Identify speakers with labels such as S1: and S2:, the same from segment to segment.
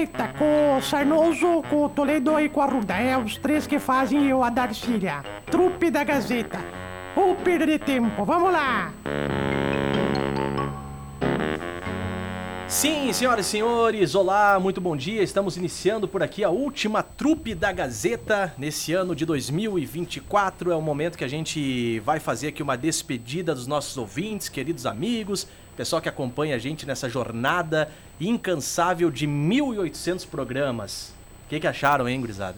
S1: Presentacò Sarnoso com Toledo e com a Rudé, os três que fazem eu a Darcília. Trupe da Gazeta. Ou perder tempo, vamos lá!
S2: Sim, senhoras e senhores, olá, muito bom dia. Estamos iniciando por aqui a última trupe da Gazeta nesse ano de 2024. É o momento que a gente vai fazer aqui uma despedida dos nossos ouvintes, queridos amigos, pessoal que acompanha a gente nessa jornada incansável de 1.800 programas. O que, que acharam, hein, gurizada?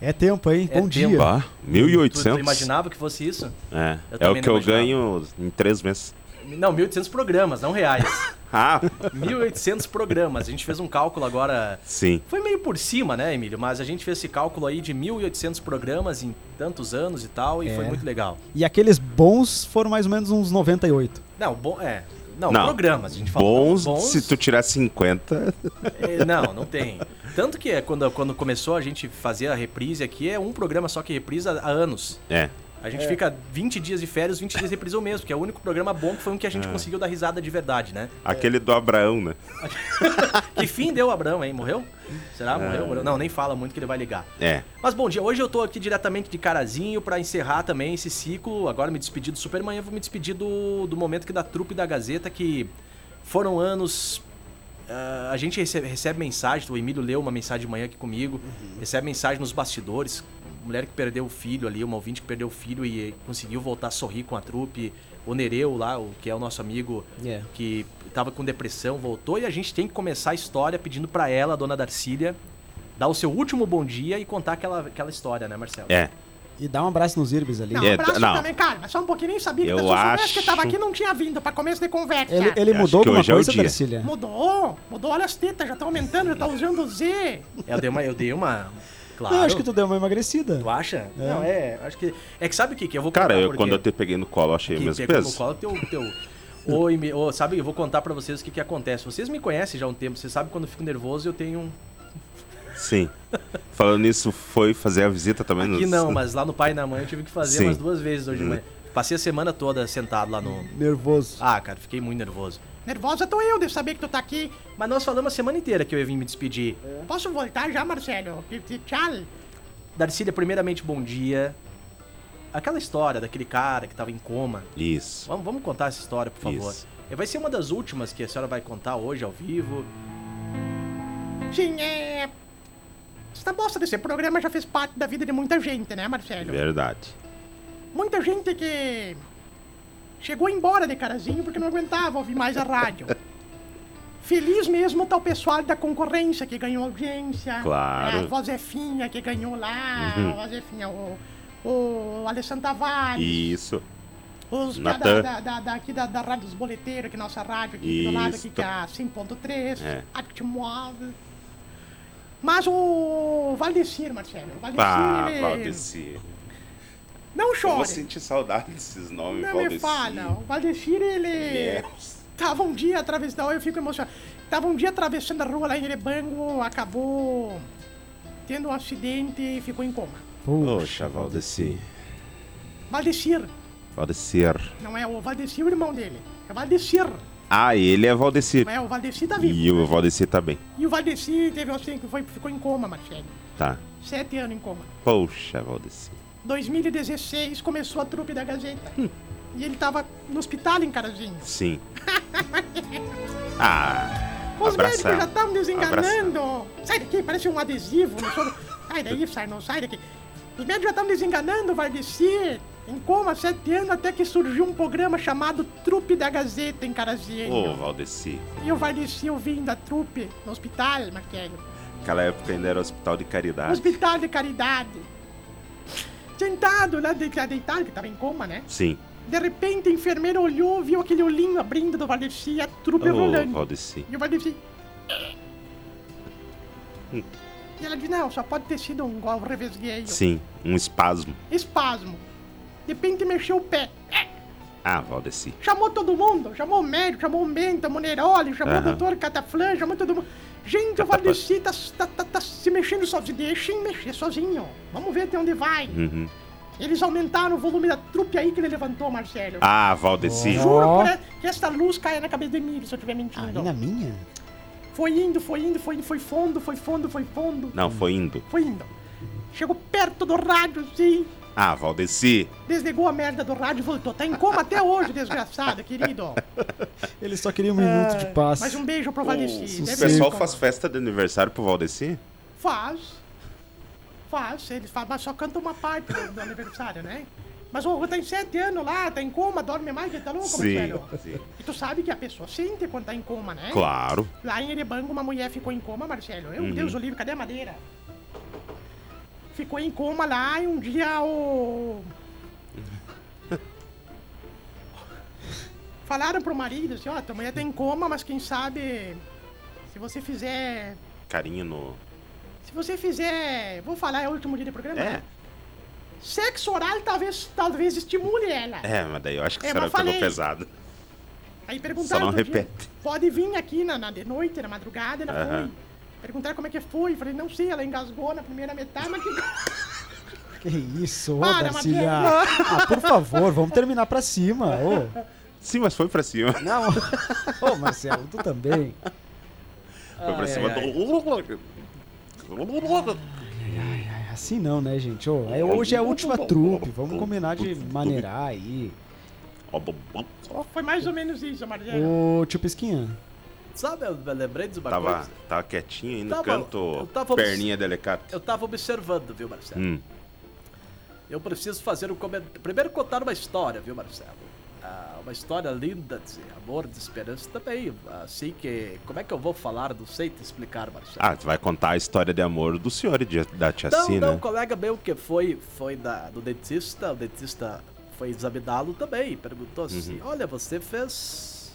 S3: É tempo, hein?
S2: É
S3: Bom
S2: tempo.
S3: dia.
S4: Bah,
S2: Tu, tu
S4: 1.800.
S2: imaginava que fosse isso?
S4: É,
S2: Eu
S4: é
S2: também
S4: o
S2: não
S4: que eu
S2: imaginava.
S4: ganho em três meses.
S2: Não, 1.800 programas, não reais.
S4: Ah,
S2: 1.800 programas. A gente fez um cálculo agora
S4: sim.
S2: Foi meio por cima, né, Emílio? Mas a gente fez esse cálculo aí de 1.800 programas em tantos anos e tal, e
S3: É.
S2: foi muito legal.
S3: E aqueles bons foram mais ou menos uns 98.
S2: Não, bom, é. Não,
S4: Não.
S2: programas, a gente falou.
S4: Bons, se tu tirar 50.
S2: é, não, não tem. Tanto que é quando, quando começou a gente fazer a reprise aqui, é um programa só que reprisa há anos.
S4: É,
S2: A gente fica 20 dias de férias, 20 dias de reprisa o mesmo, porque é o único programa bom que foi um que a
S4: É.
S2: gente conseguiu dar risada de verdade, né?
S4: aquele do Abraão, né?
S2: Que fim deu o Abrão, hein? Morreu? Será? Morreu? Morreu? Não, nem fala muito que ele vai ligar.
S4: É.
S2: Mas bom dia, hoje eu tô aqui diretamente de Carazinho pra encerrar também esse ciclo. Agora me despedir do Superman, eu vou me despedir do, do momento que da trupe da Gazeta, que foram anos. ah, a gente recebe, recebe mensagem, o Emílio leu uma mensagem de manhã aqui comigo, recebe mensagem nos bastidores. Mulher que perdeu o filho ali, uma ouvinte que perdeu o filho e conseguiu voltar a sorrir com a trupe. O Nereu lá, o que é o nosso amigo,
S3: É.
S2: que tava com depressão, voltou. E a gente tem que começar a história pedindo pra ela, a dona Darcília, dar o seu último bom dia e contar aquela, aquela história, né, Marcelo?
S4: É.
S3: E dá um abraço nos Irbes ali.
S1: Não,
S4: É,
S1: abraço
S4: não.
S1: também, cara. mas Só um pouquinho, nem sabia que
S4: Eu
S1: tanto soubesse
S4: acho-
S1: que tava aqui não tinha vindo pra começo de conversa.
S3: Ele, ele
S4: Acho
S3: mudou
S4: que
S3: alguma
S4: hoje é o
S3: coisa,
S4: dia.
S3: Darcília?
S1: Mudou, mudou, olha as tetas, já tá aumentando, já tá usando Z.
S2: Eu dei uma. Eu dei uma claro.
S3: Não, acho que tu deu uma emagrecida.
S2: Tu acha? Não, é. Acho que. É que sabe o que? que eu vou
S4: Cara,
S2: contar
S4: eu,
S2: porque-
S4: quando eu te peguei no colo, eu achei o
S2: que um
S4: mesmo
S2: pegou no
S4: peso.
S2: colo é teu. teu... Ô, Emi- ô, sabe, eu vou contar pra vocês o que, que acontece. Vocês me conhecem já há um tempo, vocês sabem que quando eu fico nervoso eu tenho um.
S4: Sim. Falando nisso, foi fazer a visita também
S2: Aqui
S4: nos-
S2: não, mas lá no pai e na mãe eu tive que fazer
S4: Sim. Hum.
S2: umas duas vezes hoje de manhã. Passei a semana toda sentado lá no.
S3: Nervoso.
S2: Ah, cara, fiquei muito nervoso.
S1: Nervosa tô eu de saber que tu tá aqui.
S2: Mas nós falamos a semana inteira que eu ia vir me despedir.
S1: Posso voltar já, Marcelo? Que- que- Tchau.
S2: Darcília, primeiramente, bom dia. Aquela história daquele cara que tava em coma.
S4: Isso.
S2: Vamos, vamos contar essa história, por favor.
S4: Isso.
S2: Vai ser uma das últimas que a senhora vai contar hoje ao vivo.
S1: Sim, é. Esta bosta desse programa já fez parte da vida de muita gente, né,
S4: É
S1: Marcelo?
S4: Verdade.
S1: Muita gente que. Chegou embora de carazinho porque não aguentava ouvir mais a rádio. Feliz mesmo tá o pessoal da concorrência que ganhou audiência. É,
S4: Claro. Uhum.
S1: A Vozefinha que ganhou lá. A Vozefinha, o, o Alessandro Tavares.
S4: Isso.
S1: Os da, da,
S4: Natan.
S1: da, da, da- aqui da, da Rádio dos Boleteiros, que é nossa rádio aqui do lado, aqui,
S4: Isto.
S1: que é a 5.3,
S4: É.
S1: a que te move. Mas o Valdecir, Marcelo, o Valdecir,
S4: Ah,
S1: ele-
S4: Valdeci.
S1: não
S4: Eu vou
S1: chore,
S4: sentir saudade desses nomes,
S1: não me
S4: Valdeci. é.
S1: fala. O Valdecir, ele
S4: Deus.
S1: tava um dia atravessando, eu fico emocionado, tava um dia atravessando a rua lá em Erebango, acabou tendo um acidente e ficou em coma.
S4: Poxa, Valdeci.
S1: Valdecir,
S4: Valdecer.
S1: não é o Valdecir, o irmão dele, é o Valdecir,
S4: Ah, ele é Valdeci.
S1: não é o Valdecir tá vivo.
S4: E o Valdeci tá bem.
S1: E o Valdeci teve assim que foi, ficou em coma, Marcelo.
S4: Tá.
S1: Sete anos em coma.
S4: Poxa, Valdeci.
S1: 2016 começou a trupe da Gazeta.
S4: Hum.
S1: E ele tava no hospital em Carazinho.
S4: Sim. ah,
S1: Os médicos já
S4: abraçar.
S1: estavam desenganando. Sai daqui, parece um adesivo. no soro. sai daí, sai, não sai daqui. Os médicos já estavam desenganando o Valdeci. Em coma, sete anos, até que surgiu um programa chamado Trupe da Gazeta em Carazinho.
S4: Ô, Valdeci.
S1: E o Valdeci ouvindo a trupe no hospital, Marcelo.
S4: Naquela época ainda era hospital de caridade.
S1: Hospital de Caridade. Sentado lá, de, deitado, que tava em coma, né?
S4: Sim.
S1: De repente, a enfermeira olhou, viu aquele olhinho abrindo do Valdeci, a trupe
S4: Ô,
S1: rolando.
S4: Valdeci.
S1: E o Valdeci... E ela disse, não, só pode ter sido um gol revesgueio.
S4: Hum. Sim, um espasmo.
S1: Espasmo. De repente, mexeu o pé.
S4: Ah, Valdeci.
S1: Chamou todo mundo. Chamou o médico, chamou o Menta, Moneroli, chamou o
S4: Aham.
S1: doutor Cataflã, chamou todo mundo. Gente, o
S4: Cataflã.
S1: Valdeci tá, tá, tá, tá se mexendo sozinho. Deixem mexer sozinho. Vamos ver até onde vai.
S4: Uhum.
S1: Eles aumentaram o volume da trupe aí que ele levantou, Marcelo. é-
S4: Ah, Valdeci.
S3: Ó.
S1: Juro por e- que esta luz caia na cabeça de mim, se eu estiver
S3: Aí
S1: mentindo.
S3: na Ah, minha?
S1: Foi indo, foi indo, foi indo, foi fundo, foi fundo, foi fundo.
S4: Não, foi indo.
S1: Foi indo. Chegou perto do rádio, sim.
S4: Ah, Valdeci.
S1: Desligou a merda do rádio e voltou. Tá em coma até hoje, desgraçado, querido.
S3: Ele só queria um minuto de paz.
S1: Mas um beijo pro Valdeci.
S4: O
S1: Deve
S4: pessoal
S1: ser.
S4: faz festa de aniversário pro Valdeci?
S1: Faz. Faz, eles fazem, mas só canta uma parte do, do aniversário, né? Mas o Rui tem sete anos lá, tá em coma, dorme mais, que tá louco, meu
S4: Sim,
S1: velho.
S4: sim.
S1: E tu sabe que a pessoa sente quando tá em coma, né?
S4: Claro.
S1: Lá em Erebango, uma mulher ficou em coma, Marcelo. Meu
S4: Uhum.
S1: Deus, Olívio, cadê a madeira? Ficou em coma lá e um dia o. Falaram pro marido assim: ó, tua mulher tá em coma, mas quem sabe. Se você fizer.
S4: Carinho no.
S1: Se você fizer. Vou falar, é o último dia do programa?
S4: É,
S1: né? Sexo oral talvez, talvez estimule ela.
S4: é, mas daí eu acho que
S1: É,
S4: a senhora
S1: mas
S4: pegou
S1: falei.
S4: pesado.
S1: Aí perguntaram.
S4: Só não
S1: outro dia,
S4: repete.
S1: Pode vir aqui na, na de noite, na madrugada, ela
S4: Aham.
S1: foi. Perguntaram como é que foi. Falei, não sei, ela engasgou na primeira metade, mas que.
S3: Que isso, ô
S1: Para,
S3: Darcília.
S1: Matheus.
S3: Ah, por favor, vamos terminar pra cima. Ô,
S4: Sim, mas foi pra cima.
S3: não. Ô, Marcelo, tu também.
S4: foi pra cima
S2: ai,
S4: do.
S3: É Assim não, né, gente? Ô, é- hoje é a última trupe. Vamos combinar de maneirar aí.
S1: Foi mais ou menos isso, Marcelo.
S3: Ô, tio Pesquinha,
S2: Sabe, eu me lembrei de uma
S4: Tava,
S2: coisa.
S4: tava quietinho aí no
S2: Tava- eu
S4: canto,
S2: tava-
S4: perninha de alicate.
S2: Eu tava observando, viu, Marcelo?
S4: Hum,
S2: Eu preciso fazer um comentário. Primeiro contar uma história, viu, Marcelo? Ah, uma história linda de amor, de esperança também. Assim que. Como é que eu vou falar? Não sei te explicar, Marcelo.
S4: Ah, tu vai contar a história de amor do senhor e de- da tia
S2: Não,
S4: Cina.
S2: não, um colega meu que foi, foi da, do dentista, o dentista foi examiná-lo também, perguntou assim,
S4: Uhum.
S2: olha, você fez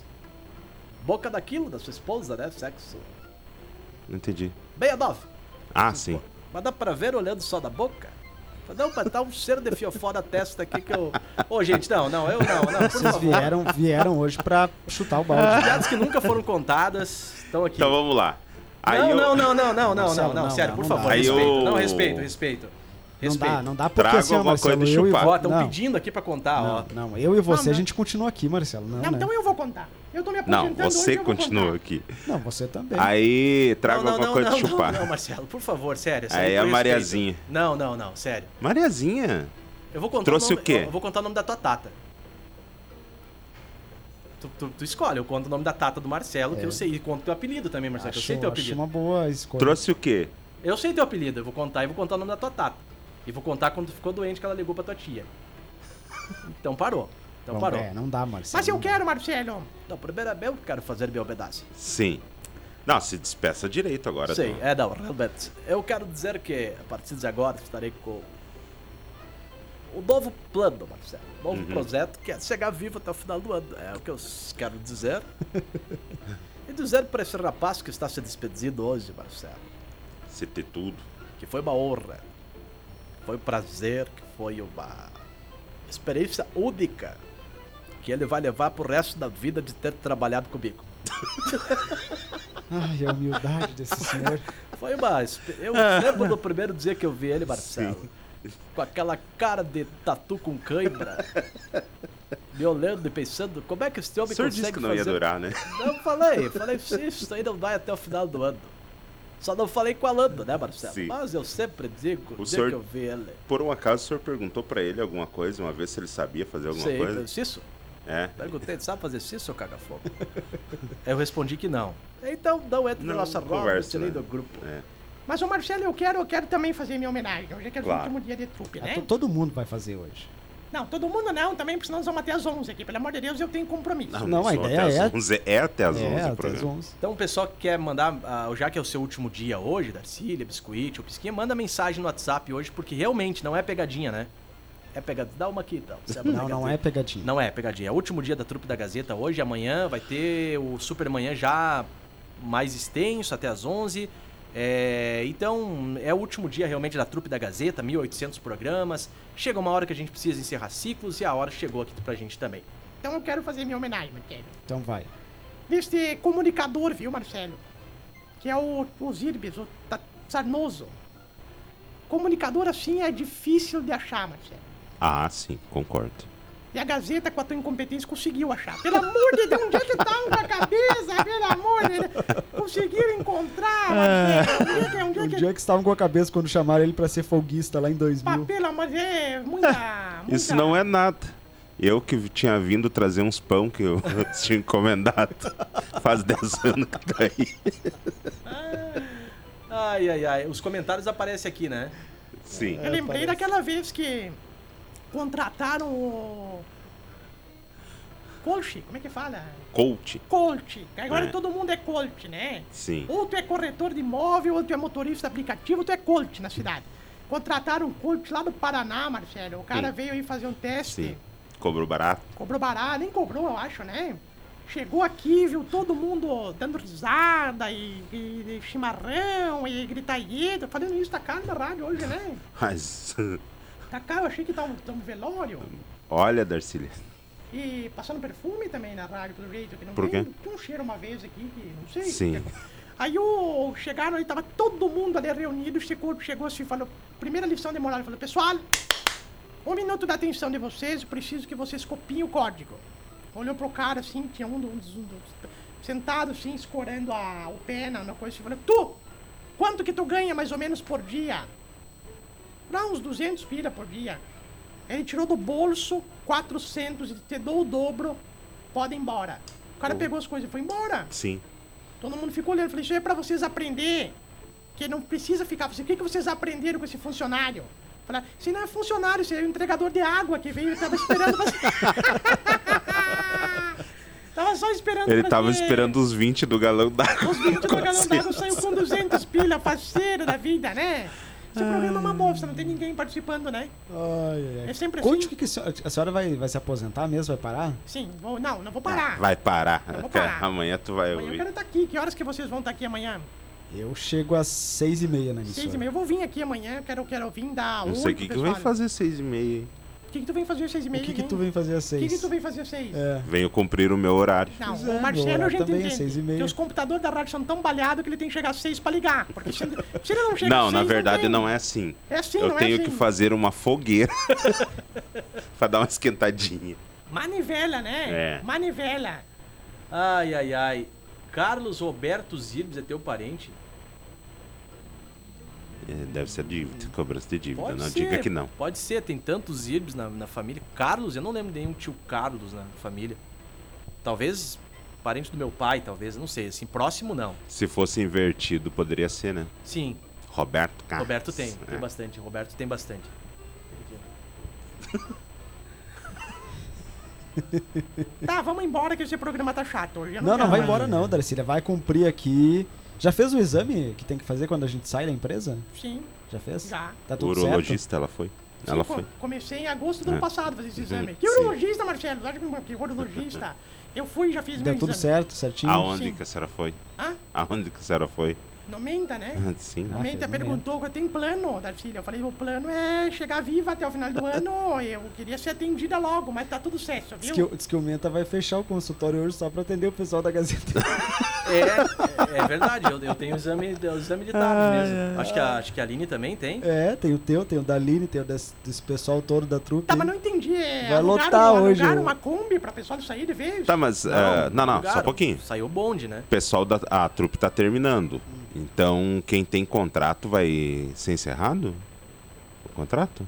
S2: boca daquilo da sua esposa, né, sexo
S4: Não entendi.
S2: 69,
S4: Ah, sim.
S2: mas dá pra ver olhando só da boca? Falei, Não, mas tá um cheiro de fiofó na testa aqui que eu... Ô, gente, não, não, eu não, não, por
S3: vocês
S2: favor.
S3: vieram, vieram hoje pra chutar o balde.
S2: Piadas que nunca foram contadas estão aqui.
S4: Então vamos lá. Aí
S2: não,
S4: eu
S2: não, não, não, não, não,
S3: Marcelo,
S2: não, não,
S3: não
S2: sério,
S3: dá,
S2: por
S3: não
S2: favor,
S3: dá.
S4: Aí
S2: respeito,
S4: eu-
S2: não, respeito, respeito,
S3: Não
S2: respeito.
S3: dá, não dá porque
S4: Trago
S3: assim, ó,
S4: alguma
S3: Marcelo,
S4: coisa de
S3: eu e
S4: chupar.
S2: Ó,
S3: vo-
S2: estão
S1: um
S3: não,
S2: pedindo aqui pra contar, ó.
S3: não, não, eu e você,
S1: Ah, Não,
S3: a
S1: não.
S3: gente continua aqui, Marcelo. Não,
S1: Não,
S3: né?
S1: então é- eu vou contar. Eu tô me
S4: Não,
S1: aposentando hoje,
S4: você
S1: eu vou
S4: continua
S1: contar.
S4: aqui.
S3: Não, você também.
S4: Aí trago
S2: não, não,
S4: alguma
S2: não,
S4: coisa
S2: não,
S4: de chupar.
S2: Não, não, Marcelo, por favor, sério.
S4: Aí
S2: sério, com
S4: a
S2: respeito.
S4: Mariazinha.
S2: Não, não, não, sério.
S4: Mariazinha.
S2: Eu vou contar
S4: Trouxe
S2: nome,
S4: o quê?
S2: Eu vou contar o nome da tua tata. Tu, tu- tu escolhe, eu conto o nome da tata do Marcelo, que eu sei, e conto teu apelido também, Marcelo, que eu sei
S3: É. Acho,
S2: teu
S3: acho
S2: apelido.
S3: uma boa escolha.
S4: Trouxe o quê?
S2: Eu sei teu apelido, eu vou contar e vou contar o nome da tua tata. E vou contar quando tu ficou doente que ela ligou pra tua tia. Então parou. Então
S3: Vamos-
S2: parou.
S3: É, não dá, Marcelo.
S1: Mas eu
S3: não dá.
S1: quero, Marcelo.
S2: Não, primeiro é bem que quero fazer meu pedaço.
S4: Sim. Não, se despeça direito agora.
S2: Sim,
S4: tu.
S2: é não, realmente. Eu quero dizer que a partir de agora estarei com o novo plano, Marcelo. O novo projeto que é chegar vivo até o final do ano. É o que eu s- quero dizer. e dizer para esse rapaz que está se despedindo hoje, Marcelo,
S4: Você ter tudo.
S2: que foi uma honra, foi um prazer, que foi uma experiência única que ele vai levar pro resto da vida de ter trabalhado comigo.
S3: Ai, a humildade desse senhor.
S2: Foi uma. espe- Eu
S4: Ah.
S2: lembro do primeiro dia que eu vi ele, Marcelo. Com aquela cara de tatu com cãibra. me olhando e pensando, como é que esse
S4: O
S2: homem
S4: senhor
S2: consegue
S4: disse que não ia
S2: fazer-
S4: durar, né?
S2: Não, falei, falei, "Sim, isso aí não vai até o final do ano. Só não falei com a Landa, né, Marcelo?
S4: Sim.
S2: Mas eu sempre digo, o dia
S4: senhor-
S2: que eu vi ele.
S4: Por um acaso, o senhor perguntou pra ele alguma coisa, uma vez se ele sabia fazer alguma
S2: Sim,
S4: coisa?
S2: Francisco?
S4: É.
S2: Perguntei, sabe fazer isso, seu cagafogo? eu respondi que não. Então não entra na
S4: Não,
S2: nossa
S4: não
S2: roda,
S4: conversa,
S2: tirei
S4: né?
S2: do grupo.
S4: É.
S1: Mas o Marcelo, eu quero, eu quero também fazer minha homenagem. Hoje é que é o
S4: Claro.
S1: último dia de trupe, né?
S3: Ah, to- Todo mundo vai fazer hoje.
S1: Não, todo mundo não, também, porque senão nós vamos até as 11 aqui. Pelo amor de Deus, eu tenho compromisso.
S3: Não,
S4: mas
S3: a
S4: só
S3: ideia
S4: até
S3: é-
S4: Às 11, é até às 11
S3: é,
S4: o
S3: até às
S4: programa.
S3: 11.
S2: Então, o pessoal que quer mandar, ah, já que é o seu último dia hoje, Darcília, Biscuit, o Pisquinha, manda mensagem no WhatsApp hoje, porque realmente não é pegadinha, né? É pegadinha. Dá uma aqui, então. Você abre
S3: Não,
S2: uma
S3: não é
S2: pegadinha.
S3: pegadinha.
S2: Não é pegadinha. É o último dia da Trupe da Gazeta hoje. Amanhã vai ter o Supermanhã já mais extenso, até às 11. É, então, é o último dia realmente da Trupe da Gazeta, 1800 programas. Chega uma hora que a gente precisa encerrar ciclos e a hora chegou aqui pra gente também.
S1: Então eu quero fazer minha homenagem, Marcelo.
S3: Então vai.
S1: Neste comunicador, viu, Marcelo? Que é o Osirbis, o Ta- Sarnoso. Comunicador assim é difícil de achar, Marcelo.
S4: Ah, sim, concordo.
S1: E a Gazeta, com a tua incompetência, conseguiu achar. Pelo amor de Deus, onde é que tá na cabeça? Pelo amor de Deus. Conseguiram encontrar, Marcelo. Onde é que... Onde é
S3: O
S1: que...
S3: Um dia que estavam com a cabeça quando chamaram ele pra ser folguista lá em
S1: Pá,
S3: 2000.
S1: pelo amor de Deus, é muita, muita...
S4: Isso não é nada. Eu que tinha vindo trazer uns pão que eu tinha encomendado. Faz 10 anos que tá aí.
S2: Ai, ai, ai. Os comentários aparecem aqui, né?
S4: Sim.
S3: É.
S1: Eu lembrei
S3: parece.
S1: daquela vez que contrataram o. Coach, como é que fala?
S4: Coach.
S1: Coach. que Agora
S4: É.
S1: todo mundo é coach, né?
S4: Sim.
S1: Ou tu é corretor de imóvel, ou tu é motorista aplicativo, ou tu é coach na cidade. Contrataram um coach lá do Paraná, Marcelo. O cara
S4: Sim.
S1: veio aí fazer um teste.
S4: Sim. Cobrou barato.
S1: Cobrou barato, nem cobrou, eu acho, né? Chegou aqui, viu todo mundo dando risada e, e, e chimarrão e gritalheta, fazendo isso da cara na rádio hoje, né?
S4: Mas.
S1: Cacá, eu achei que tá um, tá um velório.
S4: Olha, Darcília.
S1: E passando perfume também na rádio, pelo jeito. Que não
S4: Por
S1: tem-
S4: quê?
S1: Tinha um cheiro uma vez aqui que não sei. o que
S4: Sim.
S1: que é. Aí o, chegaram e tava todo mundo ali reunido. Chegou, chegou assim e falou: primeira lição de moral. Ele falou: pessoal, um minuto da atenção de vocês, preciso que vocês copiem o código. Olhou pro cara assim, tinha um, do- um dos. um dos- sentado assim, escorando a, o pé na, na coisa e falou: tu, quanto que tu ganha mais ou menos por dia? Lá uns 200 pila por dia. Ele tirou do bolso 400 e te dou o dobro, pode ir embora. O cara pegou as coisas e foi embora.
S4: Sim.
S1: Todo mundo ficou olhando. Eu falei, isso aí é pra vocês aprender que não precisa ficar. Falei, O que, que vocês aprenderam com esse funcionário? Falaram, se não é funcionário, você é um entregador de água que veio e tava esperando você. tava só esperando
S4: Ele
S1: pra
S3: é.
S4: tava
S1: ser-
S4: esperando os 20 do galão d'água.
S1: os 20 do galão d'água
S4: Darcília.
S1: saiu com 200 pilha, parceiro da vida, né? Esse
S4: Ah.
S1: programa é uma bolsa, não tem ninguém participando, né?
S3: Ai, ai, ai.
S1: É sempre assim.
S3: Conte o que, que a senhora, a senhora vai, vai se aposentar mesmo? Vai parar?
S1: Sim, vou, não, não vou parar.
S4: Vai parar.
S1: vou
S4: Cara,
S1: parar.
S4: Amanhã tu vai
S1: Amanhã eu quero
S4: ouvir.
S1: estar aqui. Que horas que vocês vão estar aqui amanhã?
S3: Eu chego às seis e meia na emissora.
S1: Seis e meia. Eu vou vir aqui amanhã. Eu quero, quero vir dar
S4: Não
S1: oito,
S4: sei o que, que
S1: pessoal.
S4: vem fazer 6 e meia.
S1: O que, que tu vem fazer às seis e meia?
S3: O que, que
S1: hein?
S3: tu vem fazer às
S1: O
S3: seis?
S1: que, que tu vem fazer às seis?
S3: É.
S4: Venho cumprir o meu horário.
S1: Não,
S3: Pois é,
S1: o Marcelo
S3: meu,
S1: a gente
S3: também,
S1: entende.
S3: seis e meia.
S1: Que os computadores da rádio são tão balhados que ele tem que chegar às seis pra ligar. Porque se, ele- se ele não chega
S4: Não,
S1: às
S4: na
S1: seis,
S4: verdade
S1: tem.
S4: não é assim.
S1: É assim,
S4: Eu
S1: não
S4: tenho
S1: é assim.
S4: que fazer uma fogueira pra dar uma esquentadinha.
S1: Manivela, né?
S4: É.
S1: Manivela.
S2: Ai, ai, ai. Carlos Roberto Zirbes é teu parente?
S4: É, Deve ser dívida, cobrança de dívida.
S2: Pode
S4: não
S2: ser.
S4: diga que não.
S2: Pode ser, tem tantos Zirbes na, na família. Carlos, eu não lembro de nenhum tio Carlos na família. Talvez parente do meu pai, talvez, eu não sei. Assim, próximo não.
S4: Se fosse invertido, poderia ser, né?
S2: Sim,
S4: Roberto Carlos.
S2: Roberto tem, tem
S4: É.
S2: bastante. Roberto tem bastante.
S1: Tá, vamos embora que esse programa tá chato hoje. eu
S3: Não, não
S1: quero
S3: vai
S1: mais.
S3: embora não, Darcília. Vai cumprir aqui. Já fez o exame que tem que fazer quando a gente sai da empresa?
S1: Sim,
S3: Já fez?
S1: já.
S3: Tá
S4: O
S3: tudo certo?
S4: urologista, ela foi? Ela
S1: Sim, co-
S4: foi.
S1: Comecei em agosto do ano
S4: É.
S1: passado a fazer esse exame.
S4: Sim.
S1: Que urologista, Marcelo? Acho que- Que urologista. Eu fui e já fiz
S3: Deu
S1: meu
S3: tudo
S1: exame.
S3: certo, certinho?
S4: Aonde
S1: sim.
S4: que a senhora foi?
S1: Hã?
S4: Aonde que a senhora foi?
S1: Não menta, né?
S4: Ah, Sim.
S1: A
S3: Ah,
S1: Menta
S3: fez bem.
S1: perguntou que eu tenho plano, Darcília. Eu falei, o plano é chegar viva até o final do ano. Eu queria ser atendida logo, mas tá tudo certo,
S3: Diz
S1: viu?
S3: que, o- diz que o Menta vai fechar o consultório hoje só pra atender o pessoal da Gazeta.
S2: É, é, é verdade, eu, eu tenho o exame, o exame de tarde
S3: Ai,
S2: mesmo. Acho que, a, acho que a Aline também tem.
S3: é, tem o teu, tem o da Aline, tem o desse, desse pessoal todo da trupe.
S1: Tá, mas não entendi. é,
S3: Vai
S1: alugaram-
S3: lotar hoje,
S1: alugaram
S3: eu-
S1: uma Kombi pra pessoal sair de vez?
S4: Tá, mas. ah, Não, não, só
S2: lugar,
S4: um pouquinho.
S2: Saiu o bonde, né?
S4: O pessoal da a trupe tá terminando. Então, quem tem contrato vai ser encerrado? O contrato?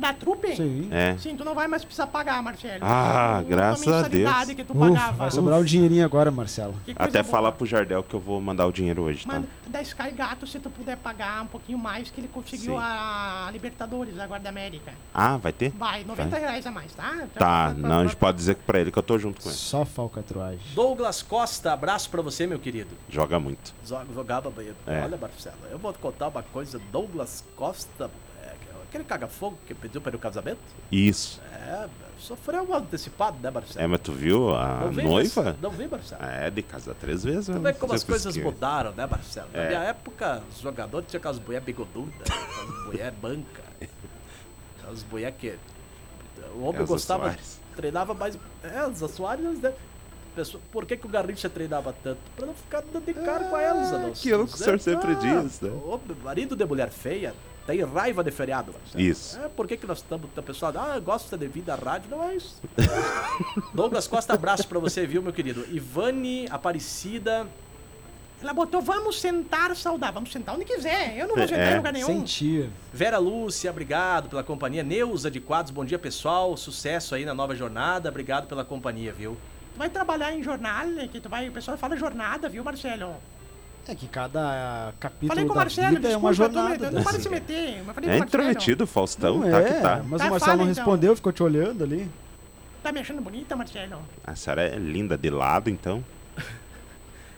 S1: Da trupe?
S3: Sim.
S4: É.
S1: Sim, tu não vai mais precisar pagar, Marcelo.
S4: Ah,
S1: Tu- tu-
S4: graças
S1: tua
S4: a
S1: mensalidade
S4: Deus.
S1: que tu
S3: Ufa,
S1: pagava.
S3: vai sobrar um dinheirinho agora, Marcelo.
S1: Que coisa
S4: Até
S1: boa.
S4: falar pro Jardel que eu vou mandar o dinheiro hoje, tá?
S1: Mano, da Sky Gato, se tu puder pagar um pouquinho mais, que ele conseguiu
S4: Sim.
S1: a Libertadores, a Guarda América.
S4: Ah, vai ter?
S1: Vai, 90 reais a mais, tá? Então, pra-
S4: Tá, não, a
S1: pra-
S4: gente pode dizer que pra ele que eu tô junto com ele.
S3: Só falcatruagem.
S2: Douglas Costa, abraço pra você, meu querido.
S4: Joga muito.
S2: Joga- Jogava banheiro.
S4: É.
S2: Olha, Marcelo, eu vou te contar uma coisa. Douglas Costa, é, aquele caga-fogo que pediu para o casamento,
S4: Isso.
S2: é, sofreu um antecipado, né, Marcelo?
S4: É, mas tu viu a
S2: Não vem,
S4: noiva?
S2: Marcelo? Não vi, Marcelo.
S4: É, de casa três vezes.
S2: Tu
S4: né?
S2: vê como as
S4: Fazer
S2: coisas
S4: cosquinha.
S2: mudaram, né, Marcelo? Na
S4: É.
S2: minha época, os jogadores tinham aquelas mulheres bigodudas, aquelas mulheres banca, aquelas mulheres que. O homem
S4: Elza
S2: gostava,
S4: Soares.
S2: treinava mais. É, Elza Soares, né? Pessoa- Por que, que o Garrincha treinava tanto? Pra
S4: Ah,
S2: não Ah, ficar dando de cara com a Elza, não
S4: aquilo que o senhor sempre diz, né?
S2: Homem, marido de mulher feia, Daí raiva de feriado, Marcelo.
S4: Isso.
S2: É, por que, que nós estamos. O pessoal, ah, gosta de vida, rádio, não é isso. Douglas Costa, abraço pra você, viu, meu querido? Ivane Aparecida.
S1: Ela botou, vamos sentar saudável. Vamos sentar onde quiser. Eu não vou sentar
S4: É.
S1: em lugar nenhum.
S3: Sentia.
S2: Vera Lúcia, obrigado pela companhia. Neuza de Quadros, bom dia, pessoal. Sucesso aí na nova jornada. Obrigado pela companhia, viu?
S1: Tu vai trabalhar em jornal, né, que tu vai... O pessoal fala jornada, viu, Marcelo?
S3: É que cada capítulo
S1: Falei com o
S4: tá-
S3: da
S1: Marcelo,
S3: vida
S1: desculpa,
S3: é uma
S1: eu tô,
S3: jornada.
S1: eu não para de se meter. Mas falei
S4: É
S1: com o Marcelo.
S4: intrometido, Faustão,
S3: Não
S4: tá
S3: é,
S4: que tá.
S3: mas
S1: Tá,
S3: o Marcelo
S1: fala,
S3: não
S1: então.
S3: respondeu, ficou te olhando ali.
S1: Tá me achando bonita, Marcelo?
S4: A senhora é linda de lado, então.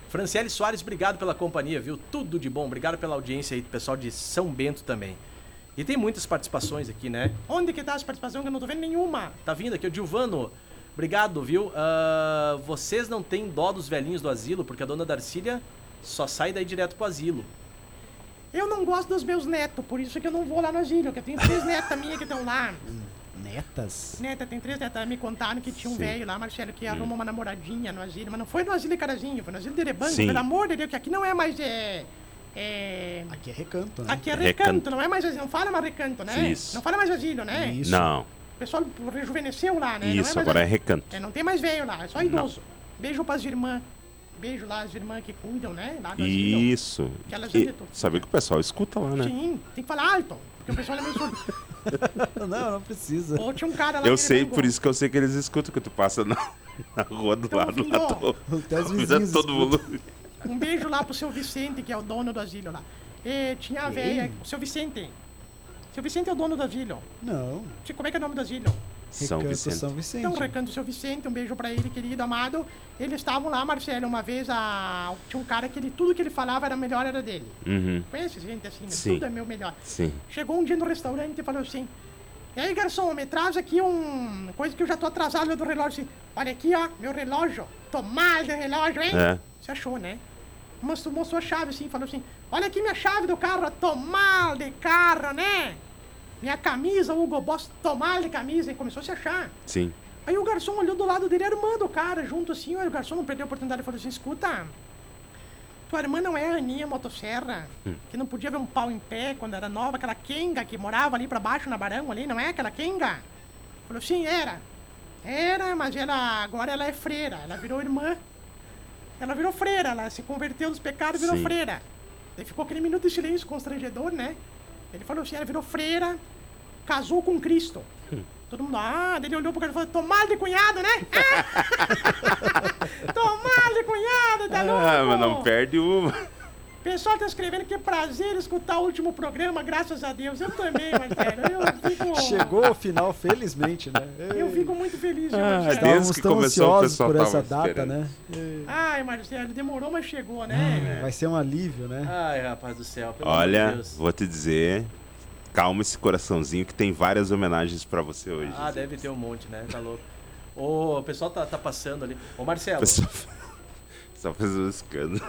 S2: Franciele Soares, obrigado pela companhia, viu? Tudo de bom. Obrigado pela audiência aí, do pessoal de São Bento também. E tem muitas participações aqui, né?
S1: Onde que tá as participações que eu não tô vendo nenhuma?
S2: Tá vindo aqui o Gilvano. Obrigado, viu? Ah, vocês não têm dó dos velhinhos do asilo, porque a dona Darcília só sai daí direto pro asilo.
S1: Eu não gosto dos meus netos, por isso que eu não vou lá no asilo, que eu tenho três netas minhas que estão lá.
S3: Netas?
S1: Neta, Né, tá, tem três netas, me contaram que tinha um
S4: Sim. Hum.
S1: velho lá, Marcelo, que arrumou uma namoradinha no asilo, mas não foi no asilo de Carazinho, foi no asilo de Erebanco,
S4: Sim.
S1: pelo amor de Deus, que aqui não é mais, é... é-
S3: Aqui é recanto, né?
S1: Aqui é recanto,
S4: Recanto.
S1: não é mais asilo, não fala mais recanto, né?
S4: Isso.
S1: Não fala mais asilo, né?
S3: Isso.
S4: Não,
S1: O pessoal rejuvenesceu lá, né?
S4: isso,
S1: não é mais
S4: agora é
S1: asilo.
S4: recanto.
S1: É, não tem mais velho lá, é só idoso. Beijo pras irmãs. Beijo lá, as irmãs que cuidam, né? Lá do asilo.
S4: Isso.
S1: Que elas
S4: E,
S1: agitam.
S4: saber que o pessoal escuta lá, né?
S1: Sim, tem que falar alto, porque o pessoal é meio surdo. é-
S3: Não, não precisa.
S1: Ou tinha um cara lá
S4: Eu
S1: que
S4: sei,
S1: ele
S4: por isso que eu sei que eles escutam, que tu passa na, na rua do
S1: Então,
S4: lado lá.
S1: filho,
S4: tu-
S3: Até os
S4: avisa
S3: vizinhos
S4: todo mundo.
S1: Um beijo lá pro seu Vicente, que é o dono do asilo lá. E tinha a velha. Seu Vicente. Seu Vicente é o dono do asilo.
S3: Não.
S1: Sei Como é que é o nome do asilo?
S4: São
S3: Recanto
S4: Vicente.
S3: São Vicente.
S1: Então, recanto seu Vicente, um beijo pra ele, querido, amado. Eles estavam lá, Marcelo, uma vez a... tinha um cara que ele, tudo que ele falava era melhor, era dele.
S4: Uhum,
S1: Conhece gente assim, né?
S4: Sim.
S1: Tudo é meu melhor.
S4: sim.
S1: Chegou um dia no restaurante e falou assim: E aí, garçom, me traz aqui um. coisa que eu já tô atrasado olha do relógio. Assim, Olha aqui, ó, meu relógio. Tô mal do relógio, hein?
S4: É.
S1: Você achou, né? Mas tomou sua chave assim, falou assim: Olha aqui minha chave do carro, tô mal de carro, né? Minha camisa, Hugo Boss, tô mal de camisa. E começou a se achar.
S4: Sim.
S1: Aí o garçom olhou do lado dele, a irmã do cara, junto assim. Aí o garçom não perdeu a oportunidade e falou assim: Escuta, tua irmã não é a Aninha Motosserra, que não podia ver um pau em pé quando era nova, aquela Kenga que morava ali pra baixo na Barão ali, não é aquela Kenga? Falou: Sim, era. Era, mas ela, agora ela é freira, ela virou irmã. Ela virou freira, ela se converteu dos pecados e virou
S4: Sim.
S1: freira. Daí ficou aquele minuto de silêncio constrangedor, né? Ele falou assim: ela virou freira, casou com Cristo. Todo mundo, ah, daí ele olhou pro cara e falou: tomar de cunhado, né? Ah! tomar de cunhado, tá louco?
S4: Ah, mas não perde uma.
S1: Pessoal tá escrevendo que prazer escutar o último programa, graças a Deus. Eu também, Marcelo. Eu fico,
S3: Chegou ao final, felizmente, né?
S1: eu fico muito feliz, viu,
S4: Ah,
S1: Marcelo.
S4: Deus.
S3: Estávamos
S4: que
S3: tão
S4: começou, o
S3: ansiosos
S4: pessoal
S3: por essa
S4: tava
S3: data,
S4: esperando.
S3: né?
S1: Ai, Marcelo, demorou, mas chegou, né?
S3: Vai ser um alívio,
S1: Ah,
S3: né?
S2: Ai, rapaz do céu, pelo amor de
S4: Olha,
S2: Deus.
S4: vou te dizer, calma esse coraçãozinho que tem várias homenagens pra você hoje.
S2: Ah, deve ter um monte, né? Tá louco. Ô, o pessoal tá, tá passando ali. Ô, Marcelo,
S4: Só, só fazer um escândalo.